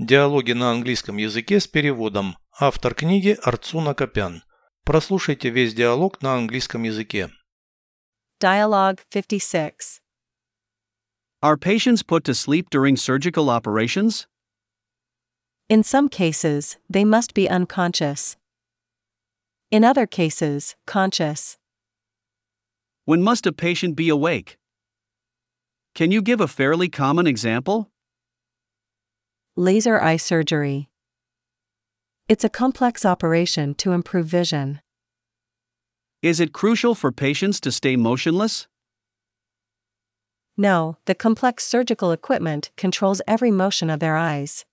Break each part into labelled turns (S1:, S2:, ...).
S1: Диалоги на английском языке с переводом. Автор книги Арцуна Копян. Прослушайте весь диалог на английском языке.
S2: Dialogue 56.
S3: Are patients put to sleep during surgical operations?
S2: In some cases, they must be unconscious. In other cases, conscious.
S3: When must a patient be awake? Can you give a fairly common example?
S2: Laser eye surgery. It's a complex operation to improve vision.
S3: Is it crucial for patients to stay motionless?
S2: No, the complex surgical equipment controls every motion of their eyes.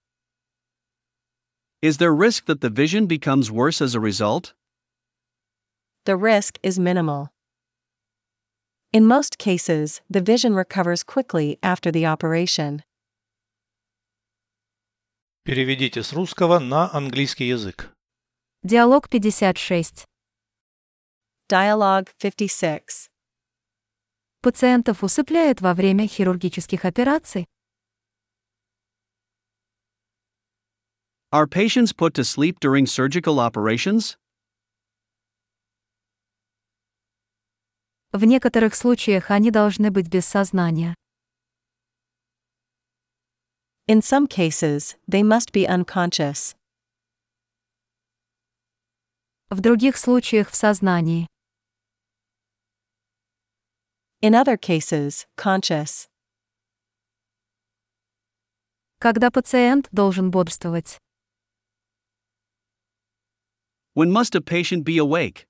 S3: Is there risk that the vision becomes worse as a result?
S2: The risk is minimal. In most cases, the vision recovers quickly after the operation.
S1: Переведите с русского на английский язык.
S4: Диалог 56.
S2: Dialogue 56.
S4: Пациентов усыпляют во время хирургических операций.
S3: Are patients put to sleep during surgical operations?
S4: В некоторых случаях они должны быть без сознания.
S2: In some cases, they must be unconscious.
S4: В других случаях в сознании.
S2: In other cases, conscious.
S4: Когда пациент должен бодрствовать.
S3: When must a patient be awake?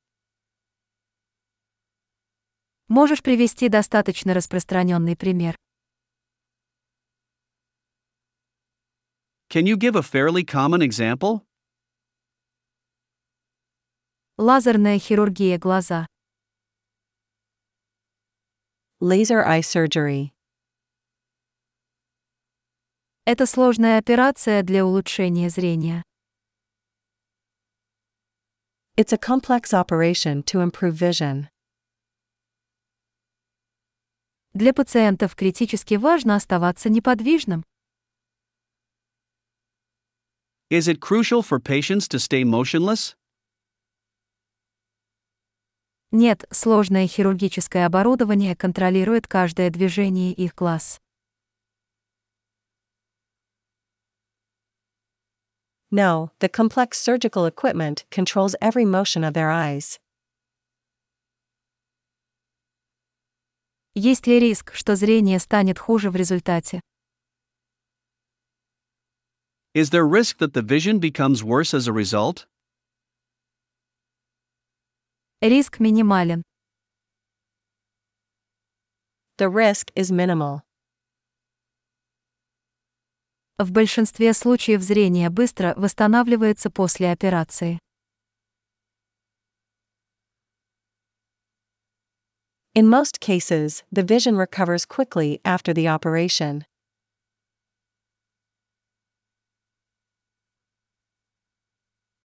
S4: Можешь привести достаточно распространенный пример.
S3: Can you give a fairly common example?
S4: Лазерная хирургия глаза.
S2: Laser eye surgery.
S4: Это сложная операция для улучшения зрения.
S2: It's a complex operation to improve vision.
S4: Для пациентов критически важно оставаться неподвижным.
S3: Is it crucial for patients to stay motionless?
S4: Нет, сложное хирургическое оборудование контролирует каждое движение их глаз.
S2: No, the complex surgical equipment controls every motion of their eyes.
S4: Есть ли риск, что зрение станет хуже в результате?
S3: Is there risk that the vision becomes worse as a result?
S4: Риск минимален.
S2: The risk is minimal.
S4: В большинстве случаев зрение быстро восстанавливается после операции.
S2: In most cases, the vision recovers quickly after the operation.